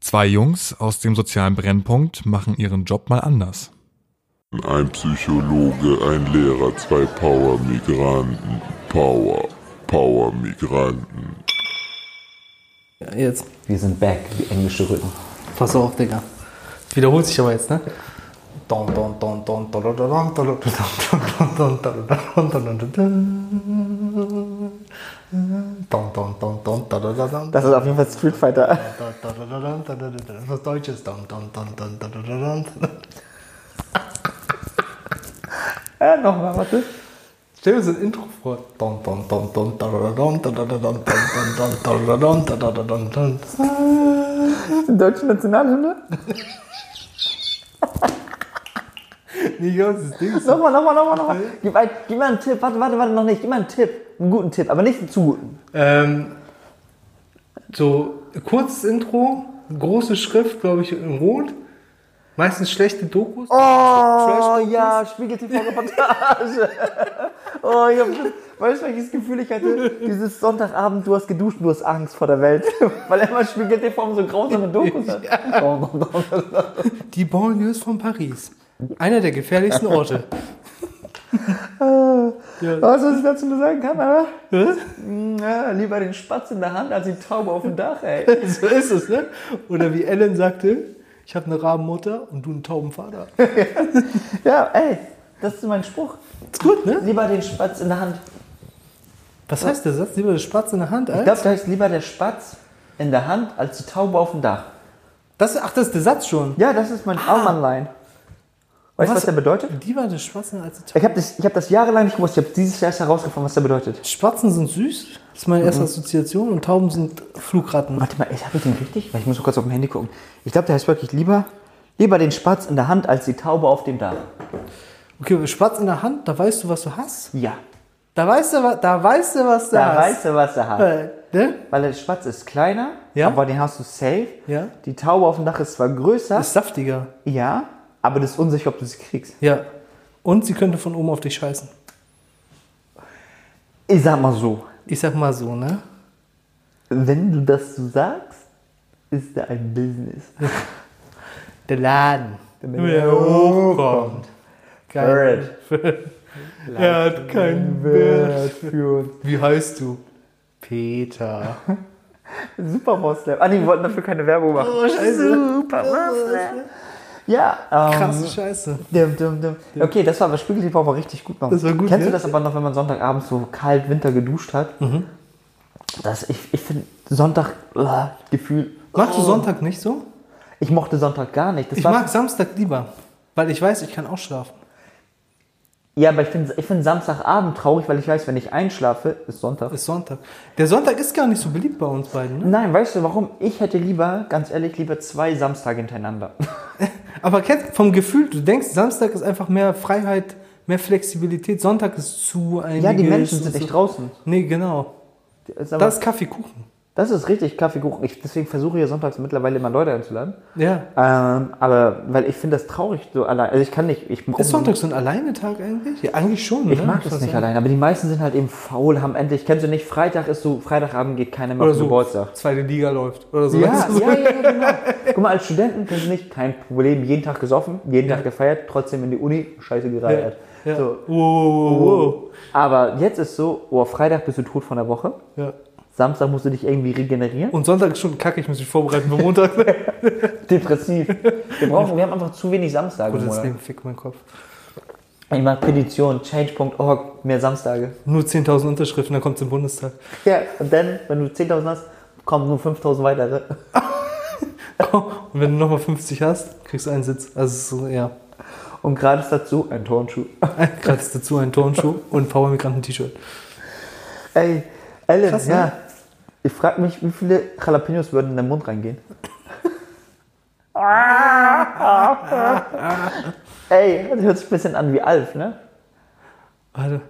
Zwei Jungs aus dem sozialen Brennpunkt machen ihren Job mal anders. Ein Psychologe, ein Lehrer, zwei Power-Migranten. Power. Power-Migranten. Jetzt. Wir sind back, die englische Rücken. Pass auf, Digga. Wiederholt sich aber jetzt, ne? Don, don, don, don, don, don, don, don, don, don, don, don, don, don, don, don, don. Don, don, don, don, don, don, don, don. Das ist auf jeden Fall Street Fighter. Don, don, don, don, don, don, don, don, don. Was Deutsches. Don, don, don, don, don, don, don, don. Ja, nochmal, Äh, warte. Stell dir so ein Intro vor. Don, don, don, don, don, don, don, don, don, don, don, don, don, don, don, don, don, don, don, don. Die deutsche Nationalhymne? Nee, ja, das ist Ding. Nochmal, nochmal, nochmal, nochmal. Gib, ein, gib mal einen Tipp. Warte, warte, warte, noch nicht. Gib mal einen Tipp. Einen guten Tipp, aber nicht einen zu guten. Ähm, so kurzes Intro, große Schrift, glaube ich, in Rot. Meistens schlechte Dokus. Oh, Trash-Dokus. ja, Spiegel TV-Reportage. oh, ich hab, weißt du, welches Gefühl ich hatte? Dieses Sonntagabend, du hast geduscht, du hast Angst vor der Welt. Weil immer Spiegel TV so grausame Dokus hat. Oh, Die Banlieues von Paris. Einer der gefährlichsten Orte. oh. Äh, Weißt du, was ich dazu nur sagen kann, aber? Ja, lieber den Spatz in der Hand als die Taube auf dem Dach, ey. so ist es, ne? Oder wie Ellen sagte, ich habe eine Rabenmutter und du einen tauben Vater. Ja, ey, das ist mein Spruch. Ist gut, ne? Lieber den Spatz in der Hand. Was heißt der Satz? Lieber das Spatz in der Hand, Ich als? glaube, da heißt lieber der Spatz in der Hand als die Taube auf dem Dach. Das, ach, das ist der Satz schon. Ja, das ist Ah. mein Armanlein. Weißt du, was der bedeutet? Lieber das Spatzen als die Tauben. Ich habe das, ich hab das jahrelang nicht gewusst. Ich habe dieses Jahr erst herausgefunden, was der bedeutet. Spatzen sind süß, das ist meine erste Mhm. Assoziation, und Tauben sind Flugratten. Warte mal, habe ich den richtig? Weil Ich muss so kurz auf dem Handy gucken. Ich glaube, der heißt wirklich lieber, lieber den Spatz in der Hand als die Taube auf dem Dach. Okay, aber Spatz in der Hand, da weißt du, was du hast. Ja, Da weißt du, wa- da weißt du was du da hast. weißt du, was er hat. Äh, ne? Weil der Spatz ist kleiner, Ja. aber den hast du safe. Ja. Die Taube auf dem Dach ist zwar größer, Ist saftiger. ja, aber das ist unsicher, ob du sie kriegst. Ja. Und sie könnte von oben auf dich scheißen. Ich sag mal so, Ich sag mal so, ne? wenn du das so sagst, ist da ein Business. Der Laden. Wenn der hochkommt. Word. Er hat keinen Wert für uns. Wie heißt du? Peter. Super Moslem. Ah, nee, wir wollten dafür keine Werbung machen. Oh, scheiße. Super Moslem. Ja, ähm, Krasse Scheiße. Dum, dum, dum. Okay, das war aber Spiegel TV war richtig gut. Mann. Das war gut, Kennst ne? du das aber noch, wenn man Sonntagabend so kalt Winter geduscht hat? Mhm. Das, ich ich finde Sonntag uah, Gefühl. Machst du Sonntag nicht so? Ich mochte Sonntag gar nicht. Das Ich war, mag Samstag lieber, weil ich weiß, ich kann auch schlafen. ja, aber ich finde ich find Samstagabend traurig, weil ich weiß, wenn ich einschlafe, ist Sonntag. Ist Sonntag. Der Sonntag ist gar nicht so beliebt bei uns beiden, ne? Nein, weißt du warum? Ich hätte lieber, ganz ehrlich, lieber zwei Samstage hintereinander. Aber kennst, vom Gefühl, du denkst, Samstag ist einfach mehr Freiheit, mehr Flexibilität. Sonntag ist zu ein. ja, die Menschen sind nicht draußen. Nee, genau. Sag mal, Das ist Kaffeekuchen. Das ist richtig Kaffeekuchen. Ich, deswegen versuche ich ja sonntags mittlerweile immer Leute einzuladen. Ja. Ähm, aber weil ich finde das traurig so allein. Also ich kann nicht. Ich, Ist ne? Sonntag so ein Alleinetag eigentlich? Ja, eigentlich schon. ich mag ne? das nicht allein. Aber die meisten sind halt eben faul, haben endlich. Kennst du nicht? Freitag ist so. Freitagabend geht keiner mehr Oder auf den so, Geburtstag. zweite Liga läuft. Oder so. Ja, Weißt du, so. ja, ja, ja, genau. Guck mal, als Studenten kennst du nicht. Kein Problem. Jeden Tag gesoffen, jeden Tag gefeiert, trotzdem in die Uni scheiße gereiert. ja. So. Wow, wow, wow, wow. Aber jetzt ist so. Oh, Freitag bist du tot von der Woche. Ja. Samstag musst du dich irgendwie regenerieren. Und Sonntag ist schon kacke, ich muss mich vorbereiten für Montag. Oh, Depressiv. Wir brauchen. Wir haben einfach zu wenig Samstage. im das Monat. Leben fickt meinen Kopf. Ich mache Petition, change.org, mehr Samstage. Nur 10.000 Unterschriften, dann kommt es im Bundestag. Ja, und dann, wenn du 10.000 hast, kommen nur 5.000 weitere. Und wenn du nochmal 50 hast, kriegst du einen Sitz. Also, es ist so, ja. Und gerade ist dazu ein Turnschuh. Gratis dazu ein Turnschuh und ein Power-Migranten-T-Shirt. Ey, Ellen, Krass, ne? ja. Ich frage mich, wie viele Jalapenos würden in den Mund reingehen? Ey, das hört sich ein bisschen an wie Alf, ne? Warte.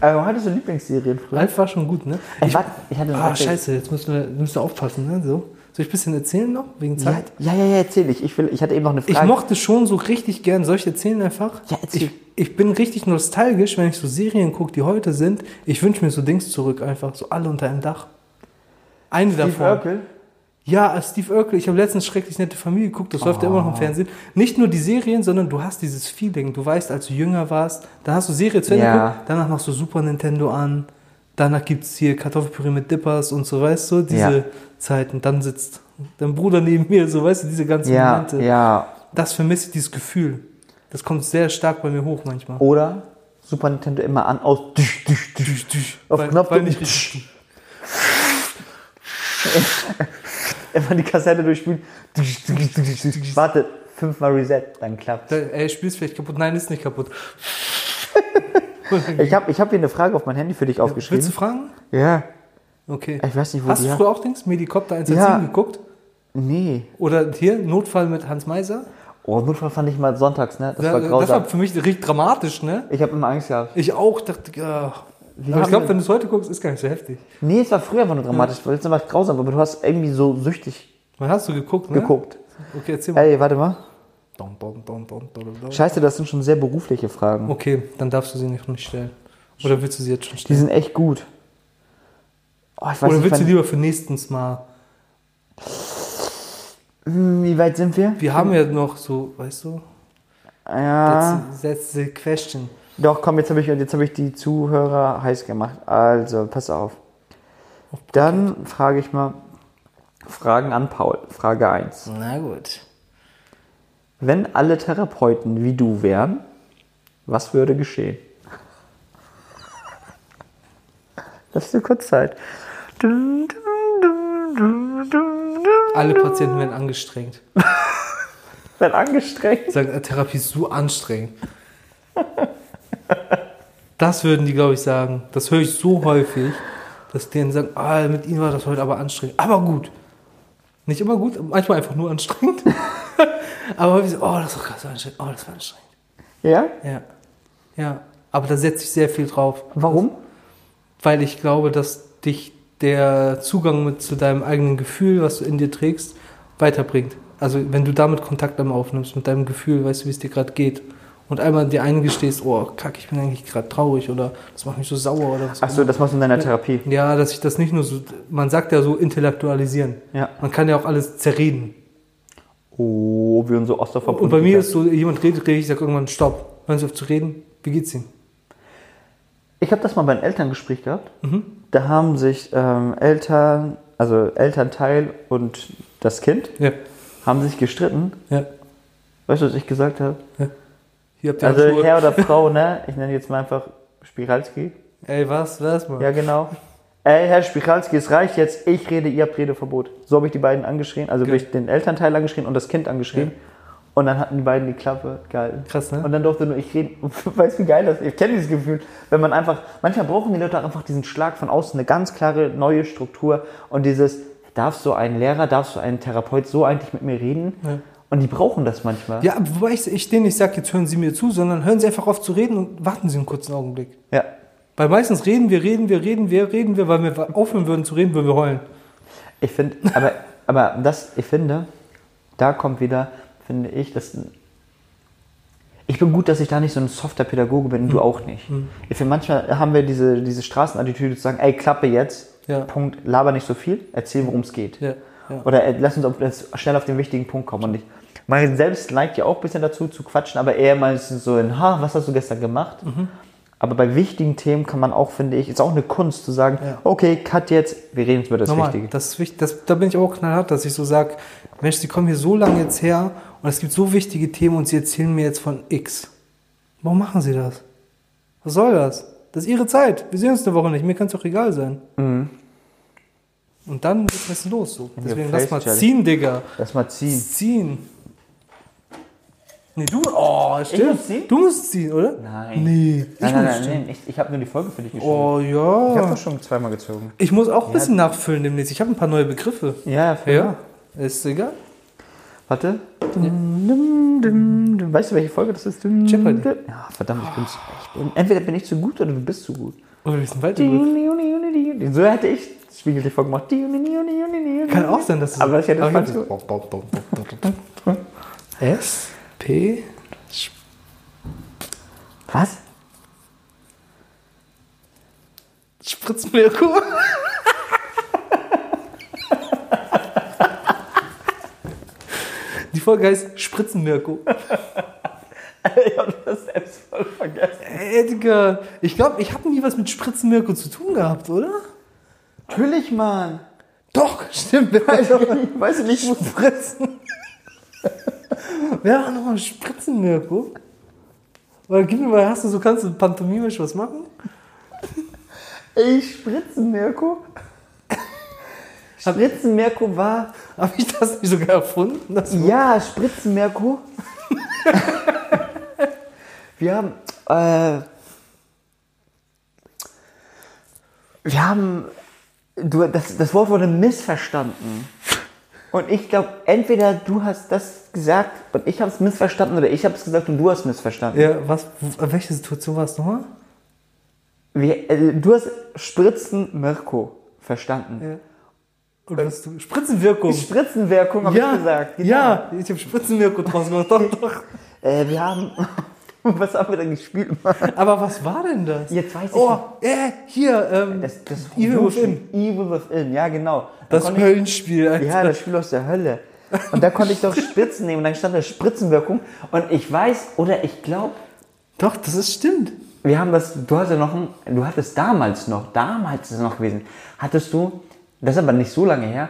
Aber hattest du Lieblingsserien früher? Ralf war schon gut, ne? Ey, Äh, warte, ich hatte Ah, scheiße, jetzt müssen wir, müssen wir aufpassen, ne? So. Soll ich ein bisschen erzählen noch, wegen Ja, Zeit? ja, ja, ja, erzähl ich. Ich, will, ich hatte eben noch eine Ich Frage. mochte schon so richtig gern, soll ich erzählen einfach? Ja, erzähl. ich, ich bin richtig nostalgisch, wenn ich so Serien gucke, die heute sind. Ich wünsche mir so Dings zurück, einfach so alle unter einem Dach. Eine davon. Urkel? Ja, Steve Urkel. Ich habe letztens schrecklich nette Familie geguckt. Das läuft ja immer noch Oh. im Fernsehen. Nicht nur die Serien, sondern du hast dieses Feeling. Du weißt, als du jünger warst, da hast du Serie zu Ende Ja. geguckt, danach machst du Super Nintendo an. Danach gibt's hier Kartoffelpüree mit Dippers und so, weißt du, diese Ja. Zeiten. Dann sitzt dein Bruder neben mir, so, weißt du, diese ganzen Ja, Momente. ja. Das vermisse ich, dieses Gefühl. Das kommt sehr stark bei mir hoch manchmal. Oder Super Nintendo immer an, aus. Tsch, tsch, tsch, tsch. Auf Weil- Knopf weil drücken. nicht richtig. Immer die Kassette durchspielen. Tsch, tsch, tsch, tsch, tsch. Warte, fünfmal Reset, dann klappt. Da, ey, spielst vielleicht kaputt. Nein, ist nicht kaputt. Ich habe ich hab hier eine Frage auf mein Handy für dich Willst du aufgeschrieben. fragen? Ja. Okay. Ich weiß nicht, wo Hast die du her- früher auch Dings? Medikopter Ja. 117 geguckt? Nee. Oder hier, Notfall mit Hans Meiser? Oh, Notfall fand ich mal sonntags, ne? Das war das grausam. war für mich richtig dramatisch, ne? ich habe immer Angst gehabt. Ich auch dachte, ja. Aber ich haben glaube, wir- wenn du es heute guckst, ist gar nicht so heftig. Nee, es war früher einfach nur dramatisch, weil es einfach grausam war, aber du hast irgendwie so süchtig Wann hast du geguckt, ne? geguckt. Okay, erzähl mal. Ey, warte mal. Dom, dom, dom, dom, dom, dom. Scheiße, das sind schon sehr berufliche Fragen. Okay, dann darfst du sie nicht nicht stellen. Oder willst du sie jetzt schon Die stellen? sind echt gut. Oh, ich weiß Oder nicht, willst du wann- lieber für nächstens Mal? Hm, wie weit sind wir? Wir haben ja noch so, weißt du, Ja. that's, that's the question. Doch, komm, jetzt habe ich, jetzt hab ich die Zuhörer heiß gemacht. Also, pass auf. Dann frage ich mal Fragen an Paul. Frage 1. Na gut. Wenn alle Therapeuten wie du wären, was würde geschehen? Lass dir kurz Zeit. Dum, dum, dum, dum, dum, dum. Alle Patienten werden angestrengt. Wenn angestrengt. Sagen, äh, Therapie ist so anstrengend. Das würden die, glaube ich, sagen. Das höre ich so häufig, dass denen sagen, ah, mit ihnen war das heute aber anstrengend. Aber gut. Nicht immer gut, manchmal einfach nur anstrengend. aber häufig so, oh, das war krass anstrengend. Oh, das war anstrengend. Ja? Ja. Ja. Aber da setze ich sehr viel drauf. Warum? weil ich glaube, dass dich der Zugang mit zu deinem eigenen Gefühl, was du in dir trägst, weiterbringt. Also wenn du damit Kontakt einmal aufnimmst, mit deinem Gefühl, weißt du, wie es dir gerade geht. Und einmal dir eingestehst, oh, kack, ich bin eigentlich gerade traurig oder das macht mich so sauer oder was. auch Achso, das machst du in deiner Therapie. immer. ja, dass ich das nicht nur so, man sagt ja so intellektualisieren. Ja. Man kann ja auch alles zerreden. Oh, wie unser Osterverbund. Und bei mir ist so, jemand redet, redet, ich sag irgendwann, stopp, hören Sie auf zu reden, wie geht's Ihnen? Ich habe das mal bei einem Elterngespräch gehabt. Mhm. Da haben sich ähm, Eltern, also Elternteil und das Kind, Ja, haben sich gestritten. ja. Weißt du, was ich gesagt habe? Hier habt ihr Also Handschuhe. Herr oder Frau, ne? Ich nenne jetzt mal einfach Spiralski. Ey, was, was, Mann? Ja, genau. Ey, Herr Spiralski, es reicht jetzt. Ich rede, ihr habt Redeverbot. So habe ich die beiden angeschrien. Also Genau. habe ich den Elternteil angeschrien und das Kind angeschrien. Und dann hatten die beiden die Klappe gehalten. Krass, ne? Und dann durfte nur ich reden. Weißt du, wie geil das ist? Ich kenne dieses Gefühl. Wenn man einfach, manchmal brauchen die Leute auch einfach diesen Schlag von außen, eine ganz klare neue Struktur und dieses, darf so ein Lehrer, darf so ein Therapeut so eigentlich mit mir reden? Und die brauchen das manchmal. Ja, wobei ich, ich denen nicht sage, jetzt hören Sie mir zu, sondern hören Sie einfach auf zu reden und warten Sie einen kurzen Augenblick. ja. Weil meistens reden wir, reden wir, reden wir, reden wir, weil wir aufhören würden zu reden, würden wir heulen. Ich finde, aber, aber das, ich finde, da kommt wieder, finde ich, das. Ich bin gut, dass ich da nicht so ein softer Pädagoge bin und Mhm. du auch nicht. Ich finde, manchmal haben wir diese, diese Straßenattitüde zu sagen, ey, klappe jetzt, Ja. Punkt, laber nicht so viel, erzähl, worum es geht. Ja, ja. Oder ey, lass uns auf, jetzt schnell auf den wichtigen Punkt kommen. Und ich, mein Selbst neigt ja auch ein bisschen dazu, zu quatschen, aber eher meistens so in, ha, was hast du gestern gemacht? Mhm. Aber bei wichtigen Themen kann man auch, finde ich, ist auch eine Kunst zu sagen, Ja. okay, cut jetzt, wir reden jetzt über das Normal, Wichtige. das ist wichtig. Das, da bin ich auch knallhart, dass ich so sage, Mensch, Sie kommen hier so lange jetzt her und es gibt so wichtige Themen und Sie erzählen mir jetzt von X. Warum machen Sie das? Was soll das? Das ist Ihre Zeit. Wir sehen uns eine Woche nicht. Mir kann es doch egal sein. Und dann geht's meistens los. So. Deswegen lass mal Face-Challenge. ziehen, Digga. Lass mal ziehen. ziehen. Nee, du. Oh, stimmt. muss ziehen? Du musst ziehen, oder? Nein. Nee, ich Nein, muss nein, nein, ziehen. nein, ich, ich habe nur die Folge für dich geschrieben. Oh Ich habe ja. das schon zweimal gezogen. Ich muss auch ein bisschen nachfüllen demnächst. Ich habe ein paar neue Begriffe. Ja, ja. Ja. Ist egal. Warte. Dum, dum, dum. Weißt du, welche Folge das ist? Dum, Jeopardy. dum. Ja, verdammt, ich bin, zu- ich bin. Entweder bin ich zu gut oder du bist zu gut. Oder Oh, wir sind weit über- So hätte ich Spiegel TV gemacht. Kann Kann auch sein, dass es. Aber ich hätte es falsch jetzt- gemacht. S, P, Was? Spritzmirko. Folge heißt Spritzenmirko. ich hab das selbst voll vergessen. Edgar, ich glaube, ich habe nie was mit Spritzenmirko zu tun gehabt, oder? Natürlich, Mann. Doch, stimmt. Wer war Also, noch mal ich weiß nicht, wo Spritzen? Wer war nochmal Spritzenmirko? Weil gib mir mal, hast du so, kannst du pantomimisch was machen? ich spritzen, Mirko. Spritzen, Mirko war. Habe ich das nicht sogar erfunden? Das Ja, Spritzen, Mirko. wir haben. Äh, wir haben. Du, das, das Wort wurde missverstanden. Und ich glaube, entweder du hast das gesagt und ich habe es missverstanden oder ich habe es gesagt und du hast missverstanden. Ja, was, äh, welche Situation war es nochmal? Wir, äh, du hast Spritzen, Mirko verstanden. Oder hast du Spritzenwirkung? Spritzenwirkung, habe ich gesagt. Genau. ja, ich habe Spritzenwirkung draus gemacht. Doch, doch. Äh, wir haben. Was haben wir denn gespielt, Mann? Aber was war denn das? Jetzt weiß ich Oh, äh, hier, ähm, Das, das Evil Horrorspiel. Within. Evil Within, ja, genau. Da Das konnte Höllenspiel. Äh, ich, ja, das Spiel aus der Hölle. Und da konnte ich doch Spritzen nehmen. Und dann stand da Spritzenwirkung. Und ich weiß, oder ich glaube, Doch, das ist stimmt. wir haben das. Du hast ja noch ein, Du hattest damals noch, damals ist es noch gewesen, hattest du, das ist aber nicht so lange her,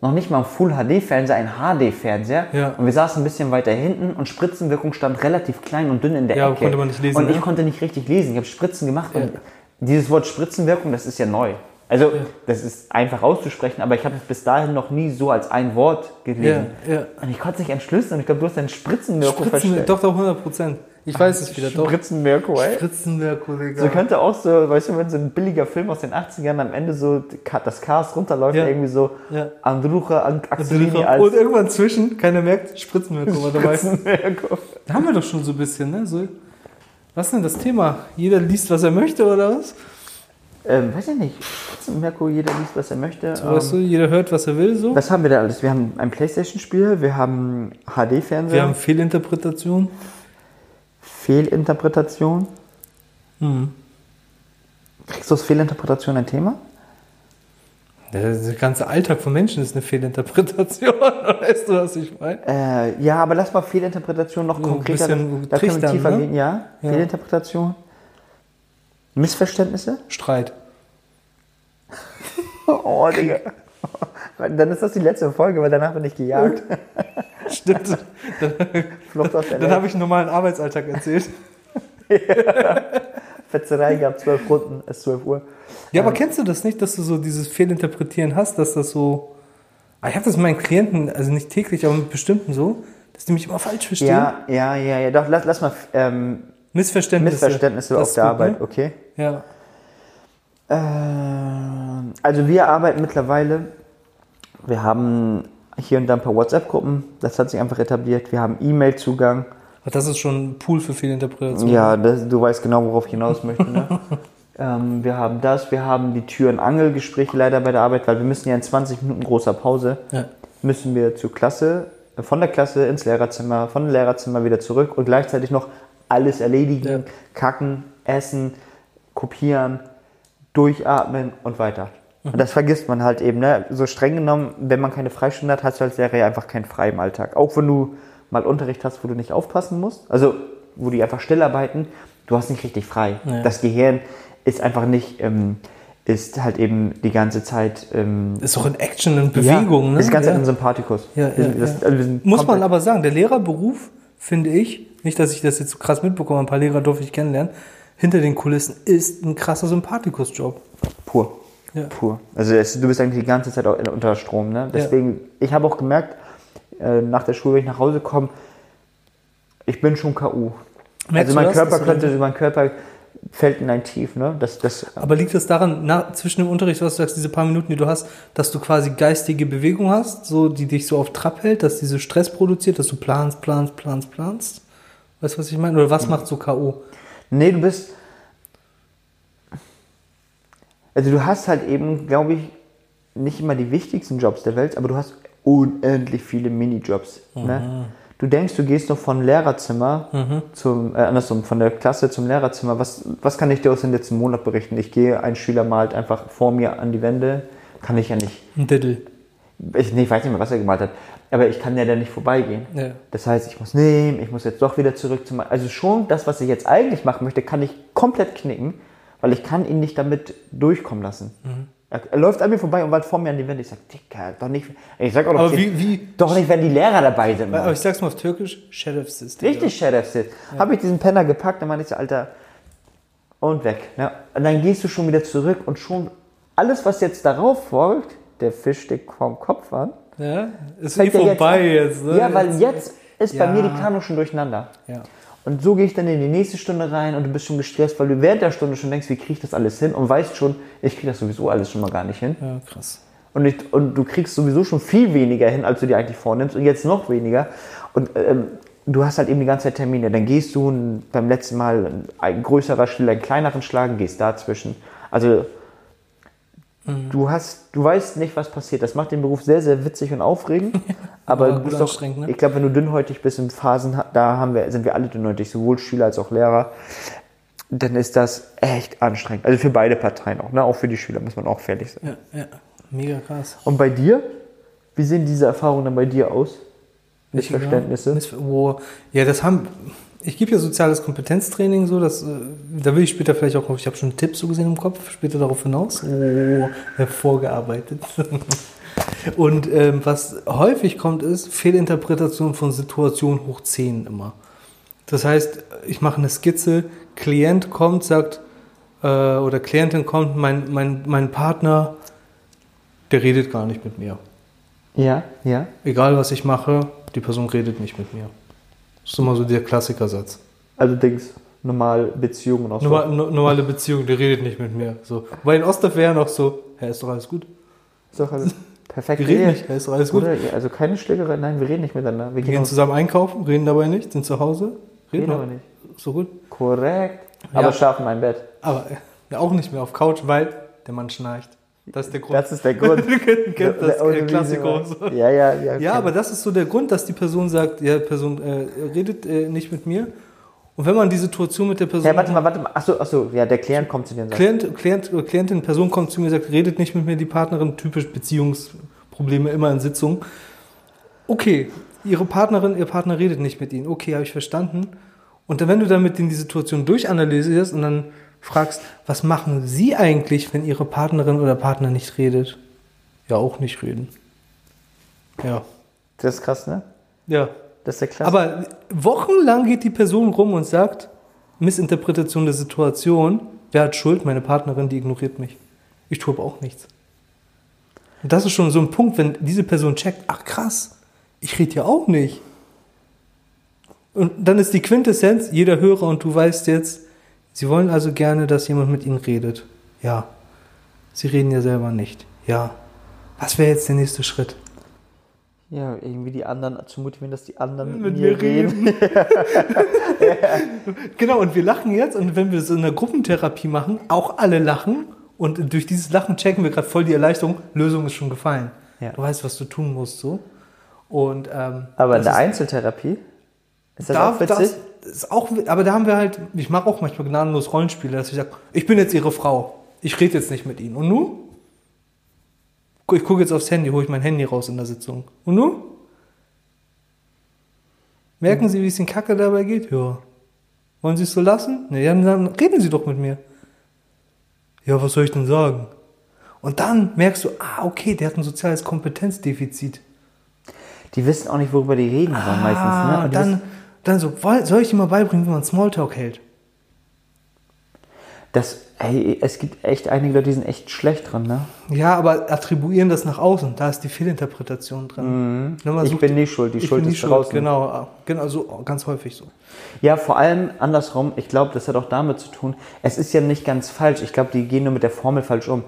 noch nicht mal einen Full-HD-Fernseher, einen HD-Fernseher. Ja. Und wir saßen ein bisschen weiter hinten und Spritzenwirkung stand relativ klein und dünn in der Ja, Ecke. konnte man nicht lesen, Und ich ne? konnte nicht richtig lesen. Ich habe Spritzen gemacht und dieses Wort Spritzenwirkung, das ist ja neu. Also, das ist einfach auszusprechen, aber ich habe es bis dahin noch nie so als ein Wort gelesen. Ja, ja. Und ich konnte es nicht entschlüsseln und ich glaube, du hast dann Spritzenwirkung Spritzen, verstanden. doch, doch, 100 Prozent. Ich weiß es wieder, doch. Spritzenwirkung, ey. Spritzenwirkung, So Digga. könnte auch so, weißt du, wenn so ein billiger Film aus den 80ern am Ende so ka- das Cast runterläuft, Ja. irgendwie so Ja. Andrucha, And Axelini Und als irgendwann zwischen, keiner merkt, Spritzenwirkung war dabei. Spritzenwirkung. Da haben wir doch schon so ein bisschen, ne? So, was ist denn das Thema? Jeder liest, was er möchte, oder was? Ähm, weiß ich nicht. Spritzenwirkung, jeder liest, was er möchte. So, weißt du, ähm, jeder hört, was er will, so. was haben wir da alles? Wir haben ein Playstation-Spiel, wir haben Wir HD-Fernseher, haben Fehlinterpretation. Fehlinterpretation. Mhm. Kriegst du aus Fehlinterpretation ein Thema? Der, der ganze Alltag von Menschen ist eine Fehlinterpretation. weißt du, was ich meine? Äh, ja, aber lass mal Fehlinterpretation noch ein konkreter. bisschen da können wir trichtern, tiefer ne? gehen, ja. Ja. Fehlinterpretation. Missverständnisse? Streit. Oh, Digga. Dann ist das die letzte Folge, weil danach bin ich gejagt. Stimmt. Flucht aus der Dann habe Welt. ich einen normalen Arbeitsalltag erzählt. Fetzerei gehabt, zwölf Runden, es ist 12 Uhr. Ja, aber kennst du das nicht, dass du so dieses Fehlinterpretieren hast, dass das so. Ah, Ich habe das mit meinen Klienten, also nicht täglich, aber mit bestimmten so, dass die mich immer falsch verstehen. Ja, ja, ja, ja. Doch, lass, lass mal ähm, Missverständnisse. Missverständnisse Das auf ist der gut, Arbeit, ne? okay? Ja. Ähm, also wir arbeiten mittlerweile, wir haben hier und da ein paar WhatsApp-Gruppen, das hat sich einfach etabliert. Wir haben E-Mail-Zugang. Aber das ist schon ein Pool für Fehlinterpretation. Ja, das, du weißt genau, worauf ich hinaus möchte. Ne? ähm, wir haben das, wir haben die Tür- und Angelgespräche leider bei der Arbeit, weil wir müssen ja in 20 Minuten großer Pause, Ja. müssen wir zur Klasse, äh, von der Klasse ins Lehrerzimmer, von dem Lehrerzimmer wieder zurück und gleichzeitig noch alles erledigen, Ja. kacken, essen, kopieren, durchatmen und weiter. Mhm. Und das vergisst man halt eben. Ne? So streng genommen, wenn man keine Freistunde hat, hast du als Lehrer ja einfach keinen frei im Alltag. Auch wenn du mal Unterricht hast, wo du nicht aufpassen musst, also wo die einfach stillarbeiten, du hast nicht richtig frei. Ja. Das Gehirn ist einfach nicht, ähm, ist halt eben die ganze Zeit ähm, Ist auch in Action und Bewegung, ja, ne? Ist ganz ja. ein Sympathikus. Ja, Wir ja, sind- das- ja. also wir sind Muss man komplett- aber sagen, der Lehrerberuf, finde ich, nicht, dass ich das jetzt so krass mitbekomme, ein paar Lehrer durfte ich kennenlernen, hinter den Kulissen ist ein krasser Sympathikus-Job. pur. Ja. Pur. Also es, du bist eigentlich die ganze Zeit auch unter Strom, ne? Deswegen, ich habe auch gemerkt, äh, nach der Schule, wenn ich nach Hause komme, ich bin schon K.O. Merkst also du mein das, Körper dass du könnte, mein Körper fällt in ein Tief, ne? Das, das, Aber liegt das daran, na, zwischen dem Unterricht, was du sagst, diese paar Minuten, die du hast, dass du quasi geistige Bewegung hast, so, die dich so auf Trab hält, dass diese Stress produziert, dass du planst, planst, planst, planst? Weißt du, was ich meine? Oder Mhm. was macht so K.O.? Nee, du bist. Also du hast halt eben, glaube ich, nicht immer die wichtigsten Jobs der Welt, aber du hast unendlich viele Minijobs. Ne? Du denkst, du gehst noch vom Lehrerzimmer zum, äh, andersrum, von der Klasse zum Lehrerzimmer. Was, was kann ich dir aus dem letzten Monat berichten? Ich gehe, ein Schüler malt einfach vor mir an die Wände. Kann ich ja nicht. Ein Diddle. Ich, nee, ich weiß nicht mehr, was er gemalt hat. Aber ich kann ja da nicht vorbeigehen. Ja. Das heißt, ich muss nehmen, ich muss jetzt doch wieder zurück zum. Also schon das, was ich jetzt eigentlich machen möchte, kann ich komplett knicken, weil ich kann ihn nicht damit durchkommen lassen. Mhm. Er, er läuft an mir vorbei und weit vor mir an die Wand. Ich sag, Dicker, doch nicht. Ich sag auch noch Aber zehn- wie- wie- doch nicht, wenn die Lehrer dabei sind. Mann. Aber ich sag's mal auf Türkisch, Sheriff System. Richtig Sheriff Sit. Habe ich diesen Penner gepackt, dann meinte ich so, Alter, und weg. Ne? Und dann gehst du schon wieder zurück und schon alles, was jetzt darauf folgt, der Fisch steckt vom Kopf an. Ja, ist eh fängt ja vorbei an. jetzt. ne? Ja, weil jetzt ist Ja. bei mir die Kanu schon durcheinander. Ja. Und so gehe ich dann in die nächste Stunde rein und du bist schon gestresst, weil du während der Stunde schon denkst, wie krieg ich das alles hin und weißt schon, ich krieg das sowieso alles schon mal gar nicht hin. ja, krass. Und, ich, und du kriegst sowieso schon viel weniger hin, als du dir eigentlich vornimmst und jetzt noch weniger. Und ähm, du hast halt eben die ganze Zeit Termine. Dann gehst du und beim letzten Mal ein größerer Schläger, einen kleineren Schlagen, gehst dazwischen. Also Mhm. du hast, du weißt nicht, was passiert. Das macht den Beruf sehr, sehr witzig und aufregend. Aber Aber du gut bist doch, anstrengend, ne? ich glaube, wenn du dünnhäutig bist in Phasen, ha- da haben wir, sind wir alle dünnhäutig, sowohl Schüler als auch Lehrer, dann ist das echt anstrengend. Also für beide Parteien auch, ne? Auch für die Schüler muss man auch fertig sein. Ja, ja. Mega krass. Und bei dir? Wie sehen diese Erfahrungen dann bei dir aus? genau. Missverständnisse? Missver wow. Ja, das haben. Ich gebe ja soziales Kompetenztraining so, dass äh, da will ich später vielleicht auch. Ich habe schon einen Tipp so gesehen im Kopf, später darauf hinaus. Oh, hervorgearbeitet. Und ähm, was häufig kommt, ist Fehlinterpretation von Situation hoch 10 immer. Das heißt, ich mache eine Skizze, Klient kommt, sagt, äh, oder Klientin kommt, mein, mein, mein Partner, der redet gar nicht mit mir Ja, ja. egal was ich mache, die Person redet nicht mit mir. Das ist immer so der Klassikersatz. Also denkst normal Beziehungen aus. Normal, no, normale Beziehung, der redet nicht mit mir. So. Bei den Ostdorf wäre noch so, hä, ist doch alles gut. Ist doch alles perfekt. Wir reden Ehe. nicht, ist doch alles gut. Oder, ja, also keine Schlägerei, nein, wir reden nicht miteinander. Wir Wir gehen gehen zusammen einkaufen, reden dabei nicht, sind zu Hause, Reden reden aber nicht. So gut. korrekt. Aber schlafen in einem Bett. Aber äh, auch nicht mehr auf Couch, weil der Mann schnarcht. Das ist der Grund. Das ist der Grund. Du kennst das, Ohne der Klassiker. und Wiese. so. Ja, ja, ja. Ja, okay. aber das ist so der Grund, dass die Person sagt, ja, Person äh, redet äh, nicht mit mir. Und wenn man die Situation mit der Person Ja, warte mal, warte mal. Achso, achso, ja, der Klient kommt zu dir und sagt. Klient, Klient, oder Klientin, Person kommt zu mir und sagt, redet nicht mit mir, die Partnerin, typisch Beziehungsprobleme immer in Sitzungen. Okay, ihre Partnerin, ihr Partner redet nicht mit ihnen. Okay, habe ich verstanden. Und dann, wenn du damit in die Situation durchanalysierst und dann fragst, was machen sie eigentlich, wenn ihre Partnerin oder Partner nicht redet? Ja, auch nicht reden. Ja. Das ist krass, ne? Ja. Das ist der Klassiker. Aber wochenlang geht die Person rum und sagt, Missinterpretation der Situation, wer hat Schuld? Meine Partnerin, die ignoriert mich. Ich tue aber auch nichts. Und das ist schon so ein Punkt, wenn diese Person checkt, ach krass, ich rede ja auch nicht. Und dann ist die Quintessenz, jeder Hörer und du weißt jetzt, sie wollen also gerne, dass jemand mit ihnen redet. Ja. Sie reden ja selber nicht. Ja. Was wäre jetzt der nächste Schritt? ja, irgendwie die anderen zu motivieren, dass die anderen mit, mit mir mir reden. reden. genau, und wir lachen jetzt und wenn wir so eine Gruppentherapie machen, auch alle lachen und durch dieses Lachen checken wir gerade voll die Erleichterung, Lösung ist schon gefallen. Ja. Du weißt, was du tun musst, so. Und, ähm, Aber in das der ist- Einzeltherapie? Ist das auch witzig? das ist auch, wi- aber da haben wir halt, ich mache auch manchmal gnadenlos Rollenspiele, dass ich sage, ich bin jetzt ihre Frau, ich rede jetzt nicht mit ihnen. Und nun? Gu- Ich gucke jetzt aufs Handy, hole ich mein Handy raus in der Sitzung. Und nun? Merken Sie, wie es Ihnen kacke dabei geht? Ja. Wollen Sie es so lassen? Ne, ja, dann reden Sie doch mit mir. Ja, was soll ich denn sagen? Und dann merkst du, ah, okay, der hat ein soziales Kompetenzdefizit. Die wissen auch nicht, worüber die reden sollen meistens. Ne? Ah, Und und die dann, wissen, dann so, woll- soll ich dir mal beibringen, wie man Smalltalk hält? das, ey, es gibt echt einige Leute, die sind echt schlecht dran. Ne? Ja, aber attribuieren das nach außen. Da ist die Fehlinterpretation drin. Wenn man Mhm. Ich bin nicht schuld, die ich Schuld bin ist nicht schuld. draußen. Genau, ah, genau so, ganz häufig so. Ja, vor allem andersrum. Ich glaube, das hat auch damit zu tun. Es ist ja nicht ganz falsch. Ich glaube, die gehen nur mit der Formel falsch um.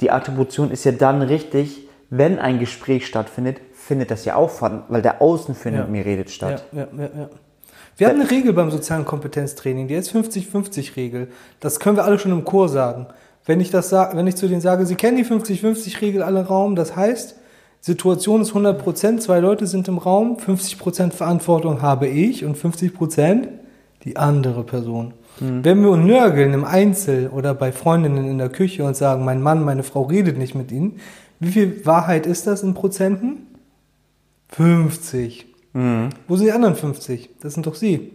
Die Attribution ist ja dann richtig, wenn ein Gespräch stattfindet, findet das ja auch von, weil der Außen für mit mir redet Ja, statt. ja, ja, ja. Wir haben eine Regel beim sozialen Kompetenztraining, die ist 50-50-Regel. Das können wir alle schon im Chor sagen. Wenn ich, das, sa- wenn ich zu denen sage, sie kennen die 50-50-Regel alle Raum, das heißt, Situation ist 100%, zwei Leute sind im Raum, 50% Verantwortung habe ich und 50% die andere Person. Wenn wir uns nörgeln im Einzel oder bei Freundinnen in der Küche und sagen, mein Mann, meine Frau redet nicht mit ihnen, Wie viel Wahrheit ist das in Prozenten? 50. Wo sind die anderen 50? Das sind doch Sie.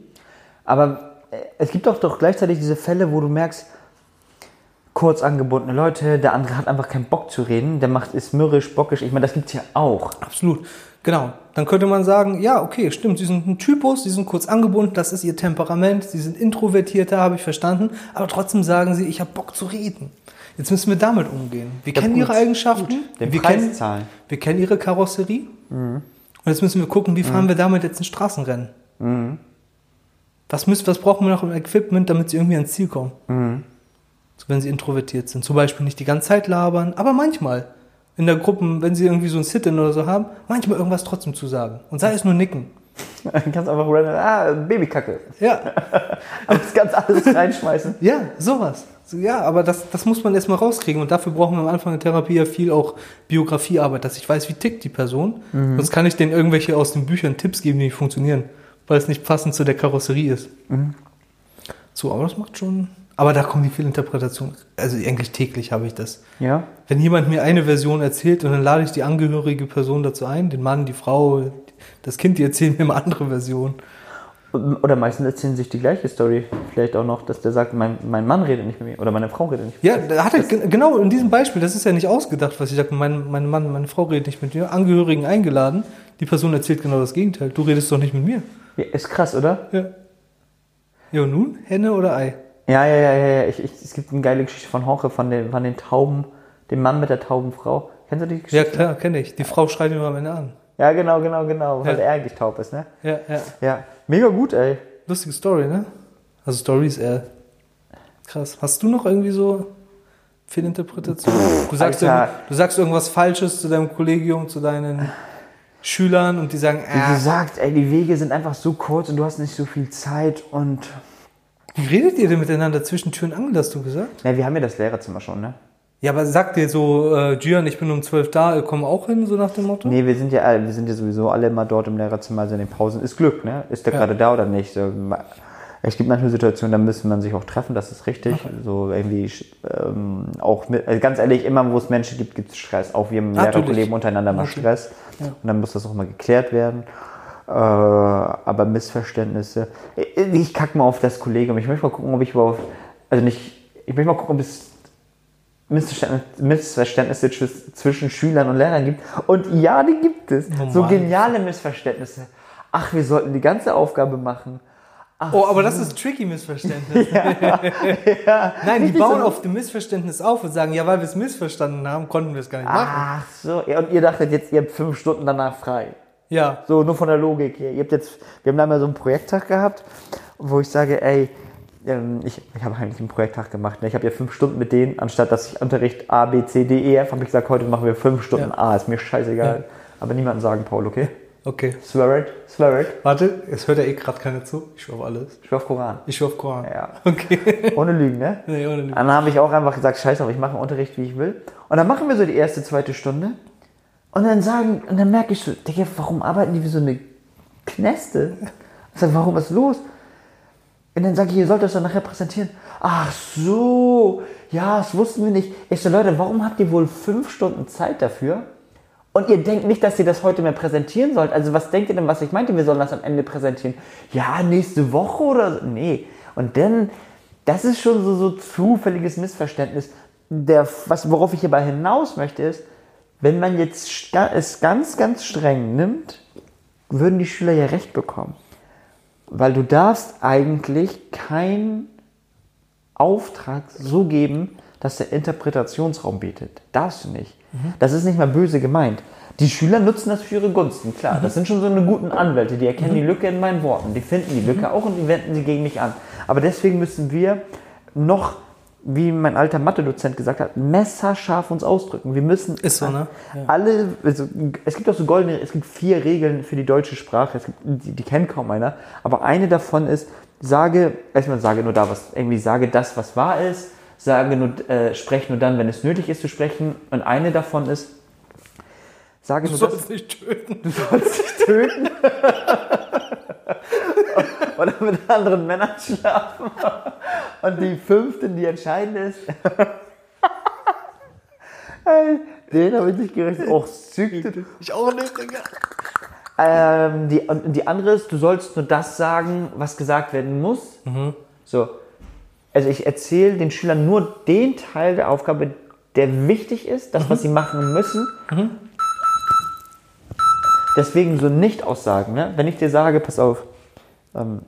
Aber äh, es gibt doch, doch gleichzeitig diese Fälle, wo du merkst, kurz angebundene Leute, der andere hat einfach keinen Bock zu reden, der macht ist mürrisch, bockig. Ich meine, das gibt's ja auch. Absolut. Genau. Dann könnte man sagen, ja, okay, stimmt, sie sind ein Typus, sie sind kurz angebunden, das ist ihr Temperament, sie sind introvertierter, habe ich verstanden, aber trotzdem sagen sie, ich habe Bock zu reden. Jetzt müssen wir damit umgehen. Wir Ja, kennen gut. ihre Eigenschaften, Den wir, Preis kennen, zahlen. Mhm. wir kennen ihre Karosserie und jetzt müssen wir gucken, wie fahren wir damit jetzt ein Straßenrennen. Mhm. Was, müssen, was brauchen wir noch im Equipment, damit sie irgendwie ans Ziel kommen? So, wenn sie introvertiert sind. Zum Beispiel nicht die ganze Zeit labern, aber manchmal in der Gruppen, wenn sie irgendwie so ein Sit-In oder so haben, manchmal irgendwas trotzdem zu sagen. Und sei es nur nicken. Dann kannst du einfach random, ah, Babykacke. Ja, Aber das kannst alles reinschmeißen. ja, sowas. So, Ja, aber das, das muss man erstmal rauskriegen. Und dafür brauchen wir am Anfang der Therapie ja viel auch Biografiearbeit, dass ich weiß, wie tickt die Person. Sonst kann ich denen irgendwelche aus den Büchern Tipps geben, die nicht funktionieren, weil es nicht passend zu der Karosserie ist. So, aber das macht schon. Aber da kommen die Fehlinterpretationen. Also eigentlich täglich habe ich das. Ja. Wenn jemand mir eine Version erzählt und dann lade ich die angehörige Person dazu ein, den Mann, die Frau, das Kind, die erzählen mir eine andere Version. Oder meistens erzählen sich die gleiche Story. Vielleicht auch noch, dass der sagt, mein, mein Mann redet nicht mit mir oder meine Frau redet nicht mit Ja, da hat er, gen- genau in diesem Beispiel, das ist ja nicht ausgedacht, was ich sage, mein, mein Mann, meine Frau redet nicht mit mir, Angehörigen eingeladen, die Person erzählt genau das Gegenteil, du redest doch nicht mit mir. mir. Ja, ist krass, oder? Ja. Ja, und nun, Henne oder Ei? Ja, ja, ja, ja. ja. Ich, ich, es gibt eine geile Geschichte von Horche, von den, von den Tauben, dem Mann mit der tauben Frau. Kennst du die Ja, Geschichte? klar, kenne ich. Die Frau schreit immer am Ende an. Ja, genau, genau, genau. Weil Ja. er eigentlich taub ist, ne? Ja, ja. Ja. Mega gut, ey. Lustige Story, ne? Also Stories, äh. Krass. Hast du noch irgendwie so Fehlinterpretation? Du sagst, Alter. irgend- du sagst irgendwas Falsches zu deinem Kollegium, zu deinen Schülern und die sagen, Wie äh, gesagt, ey, die Wege sind einfach so kurz und du hast nicht so viel Zeit und. wie redet ihr denn miteinander zwischen Tür und Angel, hast du gesagt? Na, wir haben ja das Lehrerzimmer schon, ne? Ja, aber sagt dir so, äh, Gian, ich bin um 12 da, ihr kommt auch hin, so nach dem Motto? Nee, wir sind ja alle- wir sind ja sowieso alle immer dort im Lehrerzimmer, also in den Pausen. Ist Glück, ne? Ist der gerade da oder nicht? So, ma- Es gibt manchmal Situationen, da müsste man sich auch treffen, das ist richtig. So irgendwie sch- ähm, auch mit, also ganz ehrlich, immer wo es Menschen gibt, gibt es Stress. Auch wir im Natürlich. Lehrerkollegen untereinander mal Natürlich. Stress. Und dann muss das auch mal geklärt werden. Äh, aber Missverständnisse. Ich, ich kacke mal auf das Kollegium. Ich möchte mal gucken, ob ich überhaupt. Also nicht. Ich möchte mal gucken, ob es Missverständnis- Missverständnisse zwis- zwischen Schülern und Lehrern gibt. Und ja, die gibt es. So Normal. geniale Missverständnisse. Ach, wir sollten die ganze Aufgabe machen. Oh, aber das ist tricky Missverständnis. Nein, die Richtig bauen so. auf dem Missverständnis auf und sagen, ja, weil wir es missverstanden haben, konnten wir es gar nicht machen. Ach so. Ja, und ihr dachtet jetzt, ihr habt fünf Stunden danach frei. Ja. So, nur von der Logik her. Ihr habt jetzt, wir haben da mal so einen Projekttag gehabt, wo ich sage, ey, ähm, ich, ich habe eigentlich einen Projekttag gemacht. Ne? Ich habe ja fünf Stunden mit denen, anstatt dass ich Unterricht A, B, C, D, E F, habe ich gesagt, heute machen wir fünf Stunden Ja. A, ist mir scheißegal. Aber niemandem sagen, Paul, okay? Okay. Swear it, swear it. Warte, es hört ja eh gerade keiner zu. Ich schwör auf alles. Ich schwör auf Koran. Ich schwör auf Koran. Ja. Okay. Ohne Lügen, ne? Nee, ohne Lügen. Dann habe ich auch einfach gesagt, scheiß auf, ich mache Unterricht, wie ich will. Und dann machen wir so die erste, zweite Stunde. Und dann sagen, und dann merke ich so, Digga, warum arbeiten die wie so eine Kneste? Ich sage, warum was los? Und dann sage ich, ihr sollt das dann nachher präsentieren. Ach so, ja, das wussten wir nicht. Ich so, Leute, warum habt ihr wohl fünf Stunden Zeit dafür? Und ihr denkt nicht, dass ihr das heute mehr präsentieren sollt. Also was denkt ihr denn, was ich meinte, wir sollen das am Ende präsentieren? Ja, nächste Woche oder so. Nee. Und dann, das ist schon so, so zufälliges Missverständnis. Der, was, worauf ich hierbei hinaus möchte, ist, wenn man jetzt sta- es ganz, ganz streng nimmt, würden die Schüler ja recht bekommen. Weil du darfst eigentlich keinen Auftrag so geben, dass der Interpretationsraum bietet. Darfst du nicht. Mhm. Das ist nicht mal böse gemeint. Die Schüler nutzen das für ihre Gunsten, klar. Mhm. Das sind schon so eine guten Anwälte, die erkennen die Lücke in meinen Worten. Die finden die Mhm. Lücke auch und die wenden sie gegen mich an. Aber deswegen müssen wir noch, wie mein alter Mathe-Dozent gesagt hat, messerscharf uns ausdrücken. Wir müssen Ist so, ne? Ja. alle, also, es gibt auch so goldene, es gibt vier Regeln für die deutsche Sprache, es gibt, die, die kennt kaum einer, aber eine davon ist, sage, erstmal sage nur da was, irgendwie sage das, was wahr ist, sage nur, äh, sprech nur dann, wenn es nötig ist zu sprechen und eine davon ist, sage Du nur das, sollst nicht töten. sollst töten oder mit anderen Männern schlafen. Und die fünfte, die entscheidend ist. Ey, Den habe ich nicht gerechnet. Och, Sügde. Ich auch nicht, Digga. Ähm, die, und die andere ist, du sollst nur das sagen, was gesagt werden muss. So. Also ich erzähle den Schülern nur den Teil der Aufgabe, der wichtig ist, das, was sie machen müssen. Deswegen so Nicht-Aussagen. Ne? Wenn ich dir sage, pass auf, ähm,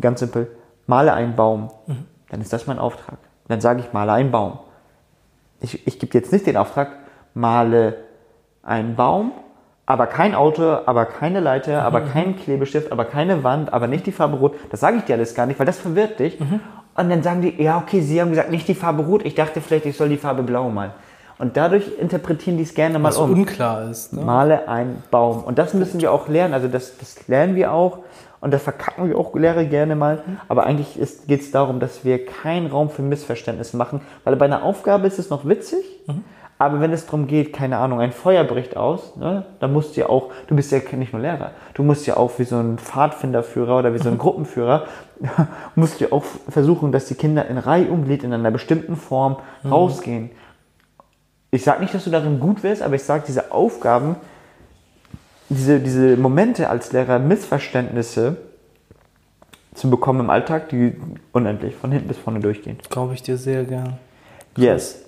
ganz simpel, male einen Baum, dann ist das mein Auftrag. Dann sage ich, male einen Baum. Ich, ich gebe jetzt nicht den Auftrag, male einen Baum, aber kein Auto, aber keine Leiter, aber keinen Klebestift, aber keine Wand, aber nicht die Farbe Rot. Das sage ich dir alles gar nicht, weil das verwirrt dich. Und dann sagen die, ja, okay, sie haben gesagt, nicht die Farbe Rot. Ich dachte vielleicht, ich soll die Farbe Blau malen. Und dadurch interpretieren die es gerne mal Was um. unklar ist. Ne? Male einen Baum. Und das müssen wir auch lernen. Also das, das lernen wir auch. Und das verkacken wir auch Lehrer gerne mal. Aber eigentlich geht es darum, dass wir keinen Raum für Missverständnis machen. Weil bei einer Aufgabe ist es noch witzig. Aber wenn es darum geht, keine Ahnung, ein Feuer bricht aus, ne, dann musst du ja auch, du bist ja nicht nur Lehrer, du musst ja auch wie so ein Pfadfinderführer oder wie so ein Gruppenführer, musst du ja auch versuchen, dass die Kinder in Reihe und Glied in einer bestimmten Form rausgehen ich sag nicht, dass du darin gut wärst, aber ich sag, diese Aufgaben, diese, diese Momente als Lehrer, Missverständnisse zu bekommen im Alltag, die unendlich von hinten bis vorne durchgehen. Glaube ich dir sehr gern. Yes.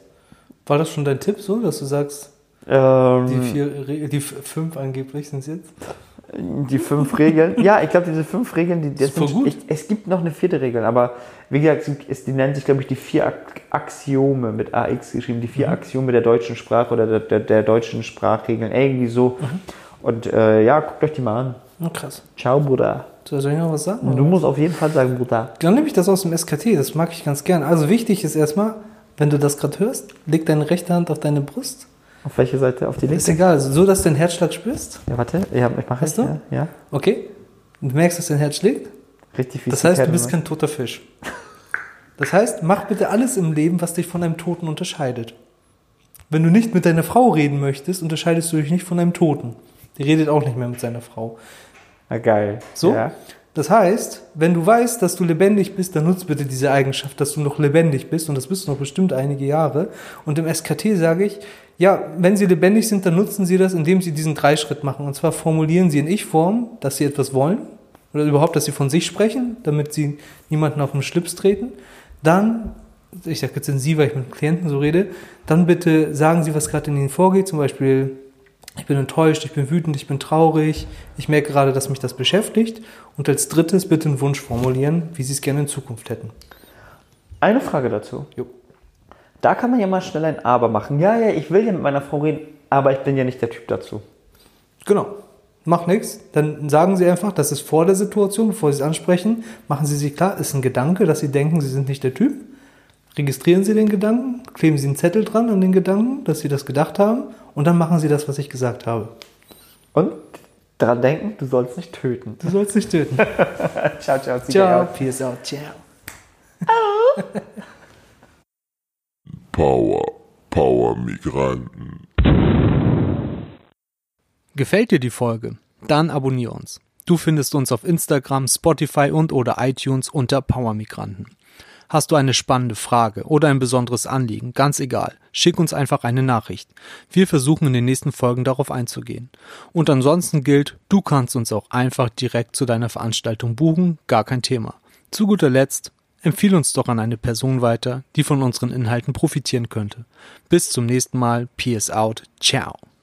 War das schon dein Tipp so, dass du sagst, Ähm, die, die, vier, Re- die f- fünf angeblich sind es jetzt? fünf Regeln. Ja, ich glaube, diese fünf Regeln, die das Ist voll gut. ich, es gibt noch eine vierte Regel, aber wie gesagt, es gibt- es, die nennt sich, glaube ich, die vier Ak- Axiome mit AX geschrieben, die vier Axiome der deutschen Sprache oder der, der, der deutschen Sprachregeln, irgendwie so. Und äh, ja, guckt euch die mal an. Na krass. Ciao, Bruder. Soll ich noch was sagen? Du musst auf jeden Fall sagen, Bruder. Dann nehme ich das aus dem SKT, das mag ich ganz gern. Also wichtig ist erstmal, wenn du das gerade hörst, leg deine rechte Hand auf deine Brust. Auf welche Seite? Auf die Ist linke? egal, so dass du den Herzschlag spürst. Ja, warte. Ja, ich mache es. Hast du? Ja, ja. Okay? Und du merkst, dass dein Herz schlägt. Richtig ne? viel. Das heißt, du bist kein toter Fisch. Das heißt, mach bitte alles im Leben, was dich von einem Toten unterscheidet. Wenn du nicht mit deiner Frau reden möchtest, unterscheidest du dich nicht von einem Toten. Der redet auch nicht mehr mit seiner Frau. Ah, geil. So? Ja. Das heißt, wenn du weißt, dass du lebendig bist, dann nutzt bitte diese Eigenschaft, dass du noch lebendig bist und das bist du noch bestimmt einige Jahre. Und im SKT sage ich, ja, wenn sie lebendig sind, dann nutzen sie das, indem sie diesen Dreischritt machen. Und zwar formulieren sie in Ich-Form, dass sie etwas wollen oder überhaupt, dass sie von sich sprechen, damit sie niemanden auf den Schlips treten. Dann ich sage jetzt in Sie, weil ich mit Klienten so rede, dann bitte sagen Sie, was gerade in Ihnen vorgeht. Zum Beispiel, ich bin enttäuscht, ich bin wütend, ich bin traurig, ich merke gerade, dass mich das beschäftigt. Und als drittes bitte einen Wunsch formulieren, wie Sie es gerne in Zukunft hätten. Eine Frage dazu. Jo. Da kann man ja mal schnell ein Aber machen. Ja, ja, ich will ja mit meiner Frau reden, aber ich bin ja nicht der Typ dazu. Genau. Macht nichts. Dann sagen Sie einfach, das ist vor der Situation, bevor Sie es ansprechen. Machen Sie sich klar, ist ein Gedanke, dass Sie denken, Sie sind nicht der Typ. Registrieren Sie den Gedanken, kleben Sie einen Zettel dran an den Gedanken, dass Sie das gedacht haben. Und dann machen Sie das, was ich gesagt habe. Und dran denken, du sollst nicht töten. Du sollst nicht töten. Ciao, ciao, ciao. Ciao. Peace out. Ciao. Power, Power Migranten. Gefällt dir die Folge? Dann abonnier uns. Du findest uns auf Instagram, Spotify und oder iTunes unter Powermigranten. Hast du eine spannende Frage oder ein besonderes Anliegen, ganz egal, schick uns einfach eine Nachricht. Wir versuchen in den nächsten Folgen darauf einzugehen. Und ansonsten gilt, du kannst uns auch einfach direkt zu deiner Veranstaltung buchen, gar kein Thema. Zu guter Letzt, empfehle uns doch an eine Person weiter, die von unseren Inhalten profitieren könnte. Bis zum nächsten Mal, Peace out, ciao.